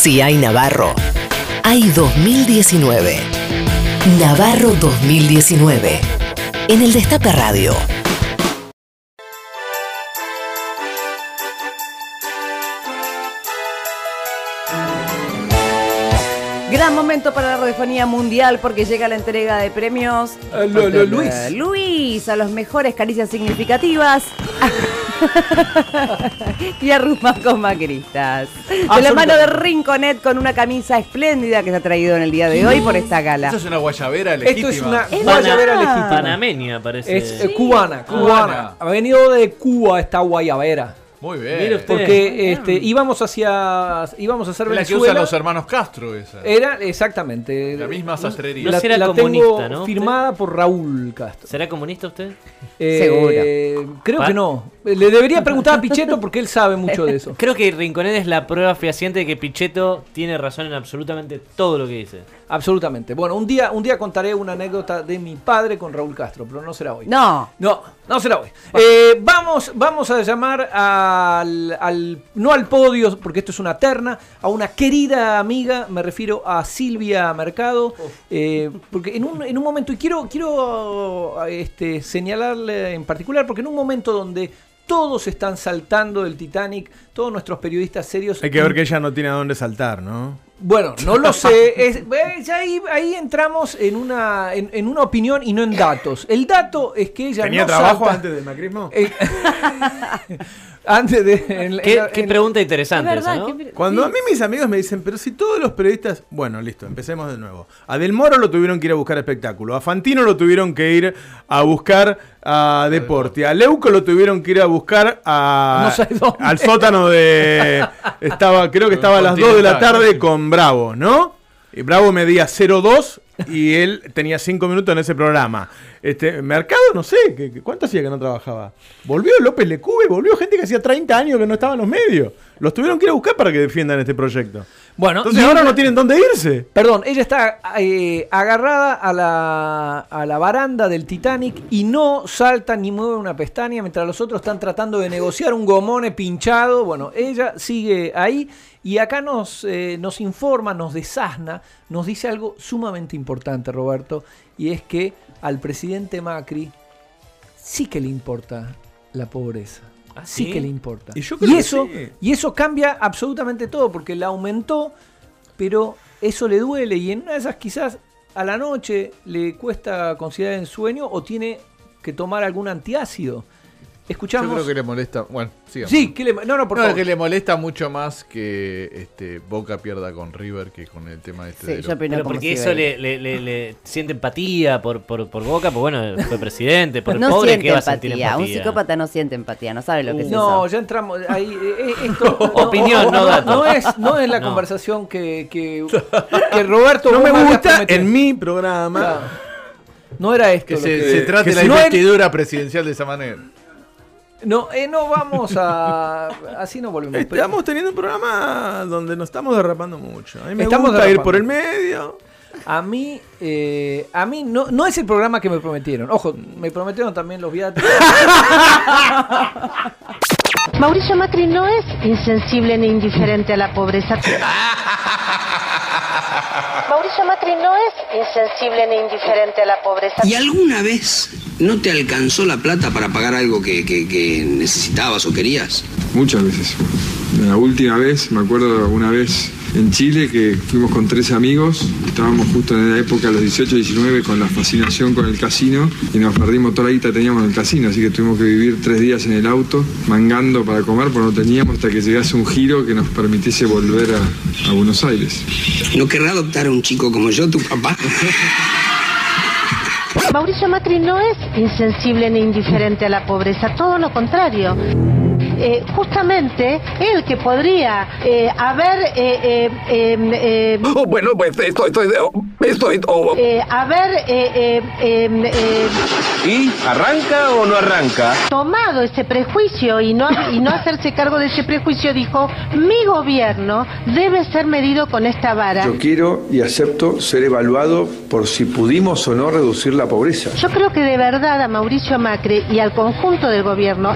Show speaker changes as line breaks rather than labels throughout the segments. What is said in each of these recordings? CI Navarro. Hay 2019. Navarro 2019. En el Destape Radio.
Gran momento para la radiofonía mundial porque llega la entrega de premios.
Eh, lo- lo- Luis.
Eh, Luis, a los mejores caricias significativas. y a Rumacos Macristas.
Ah,
De la
Absolutamente.
mano de Rinconet con una camisa espléndida que se ha traído en el día de hoy por esta gala.
Eso es una guayabera
Esto
legítima.
es una
Es
guayabera
verdad.
legítima.
Panameña, parece.
Es eh, cubana,
Cubana.
cubana. Ha venido de Cuba esta guayabera.
Muy bien.
Mire usted.
Porque este, íbamos hacia íbamos a hacer
la que usan
Venezuela.
los hermanos Castro, esa.
Era exactamente
La misma sastrería.
No
La,
será
la
comunista,
tengo
¿no?
firmada por Raúl Castro. Eh,
¿Será comunista usted?
Segura.
Creo
Pa-
que no. Le debería preguntar a Pichetto porque él sabe mucho de eso.
Creo que Rinconet es la prueba fehaciente de que Pichetto tiene razón en absolutamente todo lo que dice.
Absolutamente. Bueno, un día, un día contaré una anécdota de mi padre con Raúl Castro, pero no será hoy.
No.
No, no será hoy. Eh, vamos, vamos a llamar al, al- no al podio, porque esto es una terna, a una querida amiga, me refiero a Silvia Mercado,
Oh.
eh, porque en un, en un momento, y quiero, quiero este, señalarle en particular, porque en un momento donde todos están saltando del Titanic, todos nuestros periodistas serios...
Hay que ver que ella no tiene a dónde saltar, ¿no?
Bueno, no lo sé. Es- eh, ya ahí, ahí entramos en una, en, en una opinión y no en datos. El dato es que ella
¿Tenía
no
trabajo
salta-
antes del macrismo?
eh, antes de. en la-
Qué,
en la-
qué
en-
pregunta interesante
Es verdad,
esa, ¿no?
qué-
Cuando
sí.
a mí mis amigos me dicen, pero si todos los periodistas. Bueno, listo, empecemos de nuevo. A Del Moro lo tuvieron que ir a buscar espectáculo. A Fantino lo tuvieron que ir a buscar a deporte. A Leuco lo tuvieron que ir a buscar a.
No sé dónde.
Al sótano de. Estaba, creo que estaba a las 2 de la tarde con Bravo, ¿no? Y Bravo medía 0-2 y él tenía 5 minutos en ese programa. Este, mercado, no sé, ¿qué- qué- ¿cuánto hacía que no trabajaba? Volvió López Lecube, volvió gente que hacía 30 años que no estaba en los medios. Los tuvieron que ir a buscar para que defiendan este proyecto.
Bueno,
Entonces
y
ahora
ella-
no tienen dónde irse.
Perdón, ella está eh, agarrada a la, a la baranda del Titanic y no salta ni mueve una pestaña mientras los otros están tratando de negociar un gomone pinchado. Bueno, ella sigue ahí y acá nos, eh, nos informa, nos desasna, nos dice algo sumamente importante, Roberto, y es que al presidente Macri sí que le importa la pobreza.
¿Ah,
sí?
sí?
que le importa.
Y yo creo que
eso,
sí.
y eso cambia absolutamente todo, porque la aumentó, pero eso le duele. Y en una de esas quizás a la noche le cuesta considerar el sueño o tiene que tomar algún antiácido.
Yo
Escuchamos.
creo que le molesta. Bueno, sigamos.
Sí, que le... no, no, por
No,
favor.
que le molesta mucho más que este, Boca pierda con River que con el tema este
Sí,
de
yo
los-
opino
Pero
como
porque
si
eso
ve-
le, le- le- le siente empatía por, por, por Boca, pues bueno, fue presidente, por el
no
pobre,
siente
¿qué va a sentir
empatía.
empatía?
Un psicópata no siente empatía, no sabe lo que es eso.
No, ya entramos ahí. eh, eh, esto- no,
Opinión, no dato.
No es, no es la
No.
conversación que, que, que Roberto.
No
vos
me
habías
gusta
prometido.
en mi programa.
No era esto.
Que
lo
se,
que-
se trate
que
la
si no era-
investidura presidencial de esa manera.
No, eh, no vamos a. Así no volvemos. pero-
Estamos teniendo un programa donde nos estamos derrapando mucho. A mí me
Estamos
gusta ir
derrapando.
por el medio.
A mí, eh, a mí no, no es el programa que me prometieron. Ojo, me prometieron también los viáticos.
Mauricio Macri no es insensible ni indiferente a la pobreza. Mauricio Macri no es insensible ni indiferente a la pobreza.
¿Y alguna vez no te alcanzó la plata para pagar algo que, que- que necesitabas o querías?
Muchas veces. La última vez, me acuerdo una vez en Chile que fuimos con tres amigos, estábamos justo en la época de los 18, 19 con la fascinación con el casino y nos perdimos toda la guita que teníamos en el casino, así que tuvimos que vivir tres días en el auto, mangando para comer, porque no teníamos hasta que llegase un giro que nos permitiese volver a- a Buenos Aires.
¿No querrá adoptar a un chico como yo, tu papá?
Mauricio Macri no es insensible ni indiferente a la pobreza, todo lo contrario. Eh, justamente él que podría eh, haber eh, eh, em, em,
Oh.
bueno, pues estoy, estoy, estoy... oh.
eh, haber eh, eh, em, em,
¿Y arranca o no arranca?
tomado ese prejuicio y no, y no hacerse cargo de ese prejuicio, dijo, mi gobierno debe ser medido con esta vara.
Yo quiero y acepto ser evaluado por si pudimos o no reducir la pobreza.
Yo creo que de verdad a Mauricio Macri y al conjunto del gobierno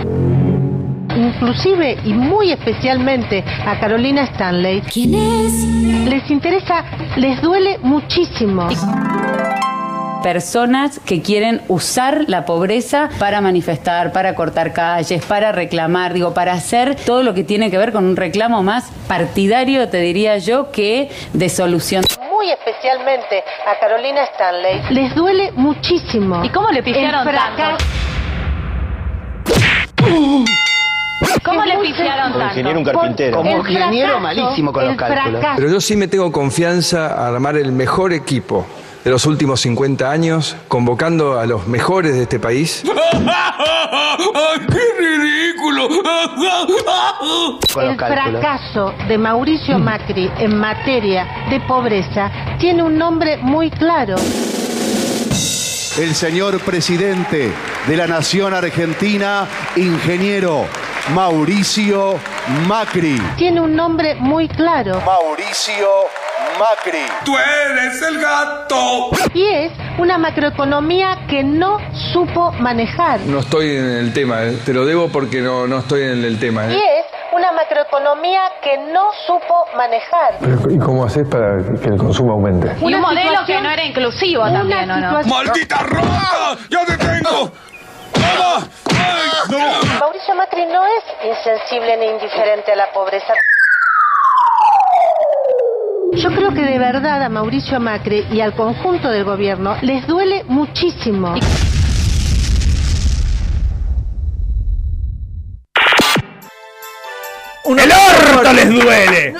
inclusive y muy especialmente a Carolina Stanley. ¿Quién es? Les interesa, les duele muchísimo.
personas que quieren usar la pobreza para manifestar, para cortar calles, para reclamar, digo, para hacer todo lo que tiene que ver con un reclamo más partidario, te diría yo, que de solución.
Muy especialmente a Carolina Stanley. Les duele muchísimo.
¿Y cómo le pifiaron
El fracaso-
¿Cómo
Es
le
muy
pifiaron
sencillo.
tanto?
ingeniero, un carpintero.
Por-
Como
el
ingeniero,
fracaso,
malísimo con los
el
cálculos.
fracaso.
Pero yo sí me tengo confianza a armar el mejor equipo de los últimos 50 años, convocando a los mejores de este país.
¡Qué ridículo!
El fracaso de
Mm.
Mauricio Macri en materia de pobreza tiene un nombre muy claro.
el señor presidente de la Nación Argentina, ingeniero Mauricio Macri.
Tiene un nombre muy claro.
Mauricio Macri.
¡Tú eres el gato!
Y es una macroeconomía que no supo manejar.
No estoy en el tema, eh. te lo debo porque no, no estoy en el tema.
Y
eh.
es una macroeconomía que no supo manejar.
Pero, ¿Y cómo haces para que el consumo aumente?
Y un
Una
modelo que
situación-
no era inclusivo
una
también, ¿o no?
situación-
roca! ¡Ya te tengo! ¡Vamos!
Mauricio Macri no es insensible ni indiferente a la pobreza. Yo creo que de verdad a Mauricio Macri y al conjunto del gobierno les duele muchísimo.
¡El orto les duele!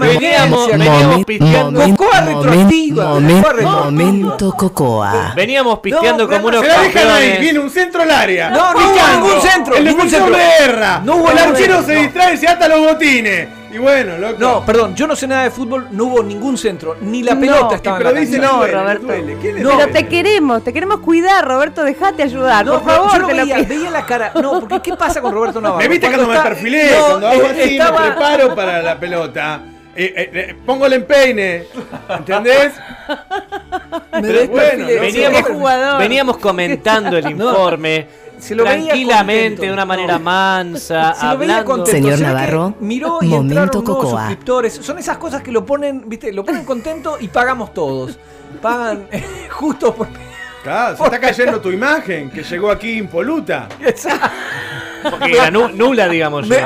Veníamos,
veníamos pisteando. Cocoa retroactiva, cocoa retroactiva.
momento Cocoa.
Veníamos pisteando
No,
como unos
Se la dejan ahí,
campeones.
viene un centro al área.
No, no hubo
Picando.
ningún centro,
El
ningún
defensor
centro.
le erra.
No hubo
el
ningún
arquero
centro,
se
no.
distrae, se ata los botines. Y bueno, loco.
No, perdón, yo no sé nada de fútbol, no hubo ningún centro, ni la
No,
pelota estaba en
pero
la
dice,
cancha.
No,
duele,
Roberto.
duele. ¿Quién le
No, pero
duele?
te queremos, te queremos cuidar, Roberto, dejate ayudar,
No,
por
pero
favor,
yo no
te lo
veía,
pido.
veía la cara. No, porque ¿qué pasa con Roberto Navarro?
¿Me viste cuando me
está-
perfilé?
No, eh,
cuando hago así,
estaba-
me preparo para la pelota. Eh, eh, eh, pongo el empeine. ¿Entendés?
me
Pero bueno,
desperfilé.
no,
Veníamos-
Veníamos,
Qué jugador.
veníamos comentando el informe
Se lo veía
tranquilamente,
contento.
de una manera
No.
mansa,
Se lo veía
hablando.
contento,
Señor
se ve que
Navarro,
miró y
momento
entraron nuevos
Cocoa.
suscriptores. Son esas cosas que lo ponen, viste, lo ponen contento y pagamos todos. Pagan eh, justo por.
Claro, se está cayendo tu imagen que llegó aquí impoluta.
Porque era nu- nula, digamos.
Me,
yo.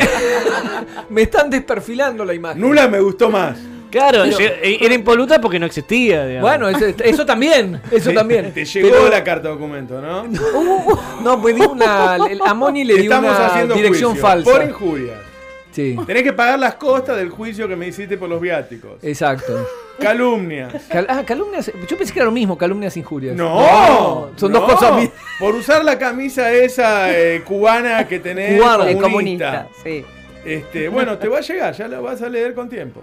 me están desperfilando la imagen.
Nula me gustó más.
Claro, lle- era impoluta porque no existía. digamos.
Bueno, eso, eso también, eso
Te-
también.
Te llegó
Pero- uh,
la carta documento, ¿no?
No, pues di una. el- A Moni le di
Estamos
una
haciendo
dirección
juicio
falsa.
Por injurias.
Sí,
Tenés que pagar las costas del juicio que me hiciste por los viáticos.
Eh. exacto.
Calumnias.
Cal- ah, calumnias. Yo pensé que era lo mismo, calumnias e injurias.
No,
son
no.
dos cosas mi-
Por usar la camisa esa eh, cubana que tenés,
Cubana,
Eh, comunista,
comunista.
sí.
Este, bueno, te va a llegar, ya la vas a leer con tiempo.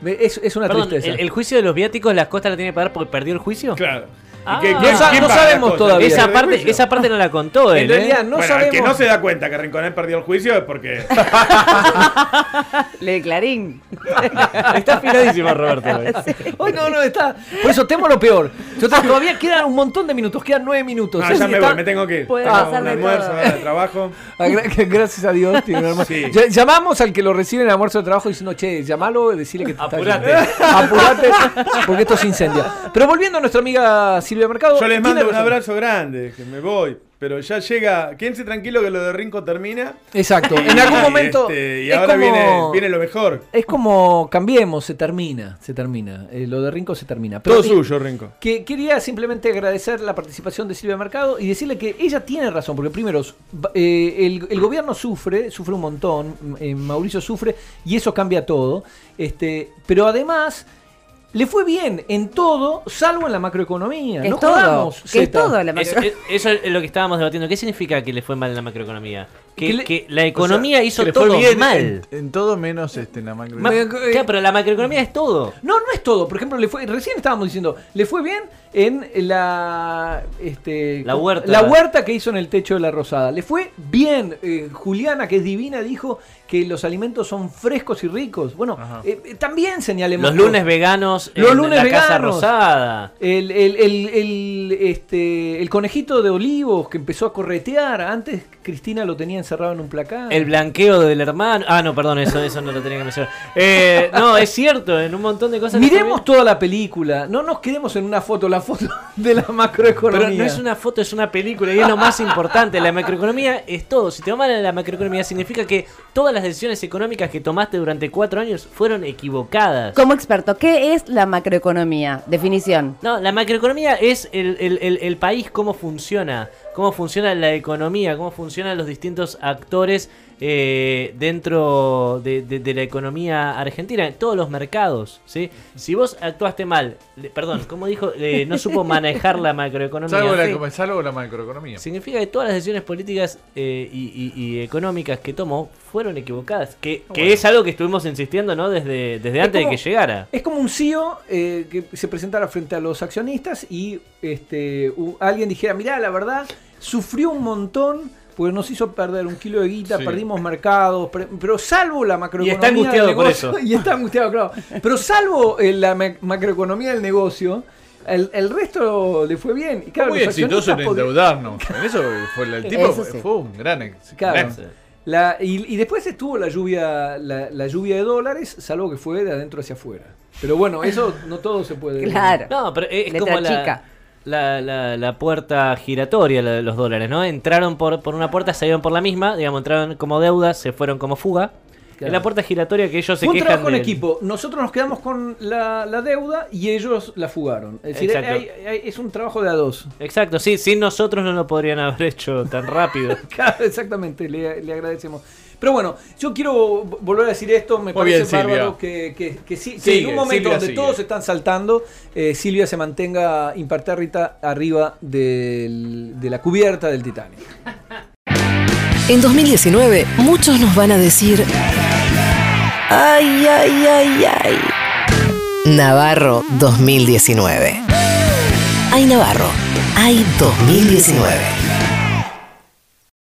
me- Es, es una
Perdón,
tristeza.
el, el juicio de los viáticos, las costas la tiene que pagar porque perdió el juicio.
Claro.
Ah.
¿Y qué-
No
quién-
sa-
quién
no
paga las
sabemos
costas?
todavía.
¿El
Esa
del
parte,
juicio?
esa parte no la contó
en
él. ¿eh?
realidad no
bueno, el
sabemos.
que no se da cuenta que Rinconet perdió el juicio es porque ah,
Le de Clarín.
Está afiladísimo, Roberto. eh.
Hoy no, no está. Por eso temo lo peor. Yo
Ah.
te- todavía quedan un montón de minutos, quedan nueve minutos.
No,
Ceci
ya me
está-
voy, me tengo que ir.
Puede
Tengo
pasar
un
de
almuerzo,
todo.
ahora de trabajo.
Ah, gra- que Gracias a Dios, tiene un hermano.
Sí.
Ya- Llamamos al que lo recibe en el almuerzo de trabajo diciendo, che, llamalo y decirle que te está
Apurate.
yendo". Apurate, porque esto se incendia. Pero volviendo a nuestra amiga Silvia Mercado.
Yo
tiene
les mando un
razón.
abrazo grande, que me voy. Pero ya llega, quédense tranquilo que lo de Rinco termina.
Exacto. En algún
Y,
momento.
este, y
es
ahora viene,
como-
viene lo mejor.
Es como cambiemos, se termina, se termina. Eh, lo de Rinco se termina. Pero-
Todo
y-
suyo, Rinco.
Que quería simplemente agradecer la participación de Silvia Mercado y decirle que ella tiene razón, porque primero, s- va- eh, el, el gobierno sufre, sufre un montón, m- eh, Mauricio sufre y eso cambia todo. Este, pero además, le fue bien en todo, salvo en la macroeconomía.
Que
no
es todo,
jodamos,
que es
Zeta.
todo la
Eh, Eso,
macro-
eso es lo que estábamos debatiendo. ¿Qué significa que le fue mal en la macroeconomía? que,
¿Qué le-
que la
O
economía
sea,
hizo
que le fue
todo
bien
mal.
En, en todo menos este, en la macro.
Ma- claro, pero la macroeconomía es todo.
No, no es todo. Por ejemplo, le fue, recién estábamos diciendo, le fue bien en la, este,
La huerta.
la huerta que hizo en el techo de la Rosada. Le fue bien. Eh, Juliana, que es divina, dijo que los alimentos son frescos y ricos. Bueno, eh, eh, también señalemos.
Los lunes veganos
Los
en
lunes
la Casa
veganos.
Rosada.
El, el- el- el, este, el conejito de olivos que empezó a corretear. Antes Cristina lo tenía encerrado en un placar.
El blanqueo del hermano. Ah, no, perdón, eso, eso no lo tenía que mencionar. Eh, no, es cierto, en un montón de cosas.
Miremos toda la película. No nos quedemos en una foto, la foto de la macroeconomía.
Pero no es una foto, es una película y es lo más importante. La macroeconomía es todo. Si te va mal en la macroeconomía, significa que todas las decisiones económicas que tomaste durante cuatro años fueron equivocadas.
Como experto, ¿qué es la macroeconomía? Definición.
No, la macroeconomía es el, el- el- el país, cómo funciona, cómo funciona la economía, cómo funcionan los distintos actores eh, dentro de, de- de la economía argentina, en todos los mercados. ¿sí? Si vos actuaste mal, le- perdón, como dijo, Eh, no supo manejar la macroeconomía.
Salvo la,
Sí.
econom- salvo la macroeconomía.
Significa que todas las decisiones políticas eh, y, y- y económicas que tomó fueron equivocadas, que,
Ah,
que
Bueno.
es algo que estuvimos insistiendo ¿no? desde, desde
Es
antes
como-
de que llegara.
Es como un CEO eh, que se presentara frente a los accionistas y este, u- alguien dijera, mirá, la verdad, sufrió un montón porque nos hizo perder un kilo de guita,
Sí.
perdimos mercados, pre- pero, salvo la macroeconomía
está angustiado
del
por
negocio-
eso.
Y está angustiado, claro. Pero salvo eh, la ma- macroeconomía del negocio, el, el resto le fue bien. Y claro,
muy
los
exitoso en
accionistas podrían-
endeudarnos. En eso fue el, el tipo
Eso sí.
fue un gran ex-
Claro.
gran-
La- y, y después estuvo la lluvia, la, la lluvia de dólares, salvo que fue de adentro hacia afuera. Pero bueno, eso no todo se puede.
No, pero es como la, La, la- la puerta giratoria, la de los dólares, ¿no? Entraron por, por una puerta, salieron por la misma, digamos, entraron como deuda, se fueron como fuga.
Claro.
Es la puerta giratoria que ellos se
Fue un
quejan
trabajo en
del-
equipo. Nosotros nos quedamos con la, la deuda y ellos la fugaron. Es decir,
Exacto.
hay- hay- es un trabajo de a dos.
Exacto, sí, sin nosotros no lo podrían haber hecho tan rápido.
Claro, Exactamente, le, le agradecemos. Pero bueno, yo quiero vo- volver a decir esto. Me
Muy
parece
bien, Silvia.
bárbaro que, que- que sí- que
Sigue,
en un momento
Silvia
donde
sigue.
todos están saltando, eh, Silvia se mantenga impertérrita arriba del- de la cubierta del Titanic.
En 2019, muchos nos van a decir. Ay, ay, ay, ay. Navarro 2019. Hay Navarro. Hay 2019.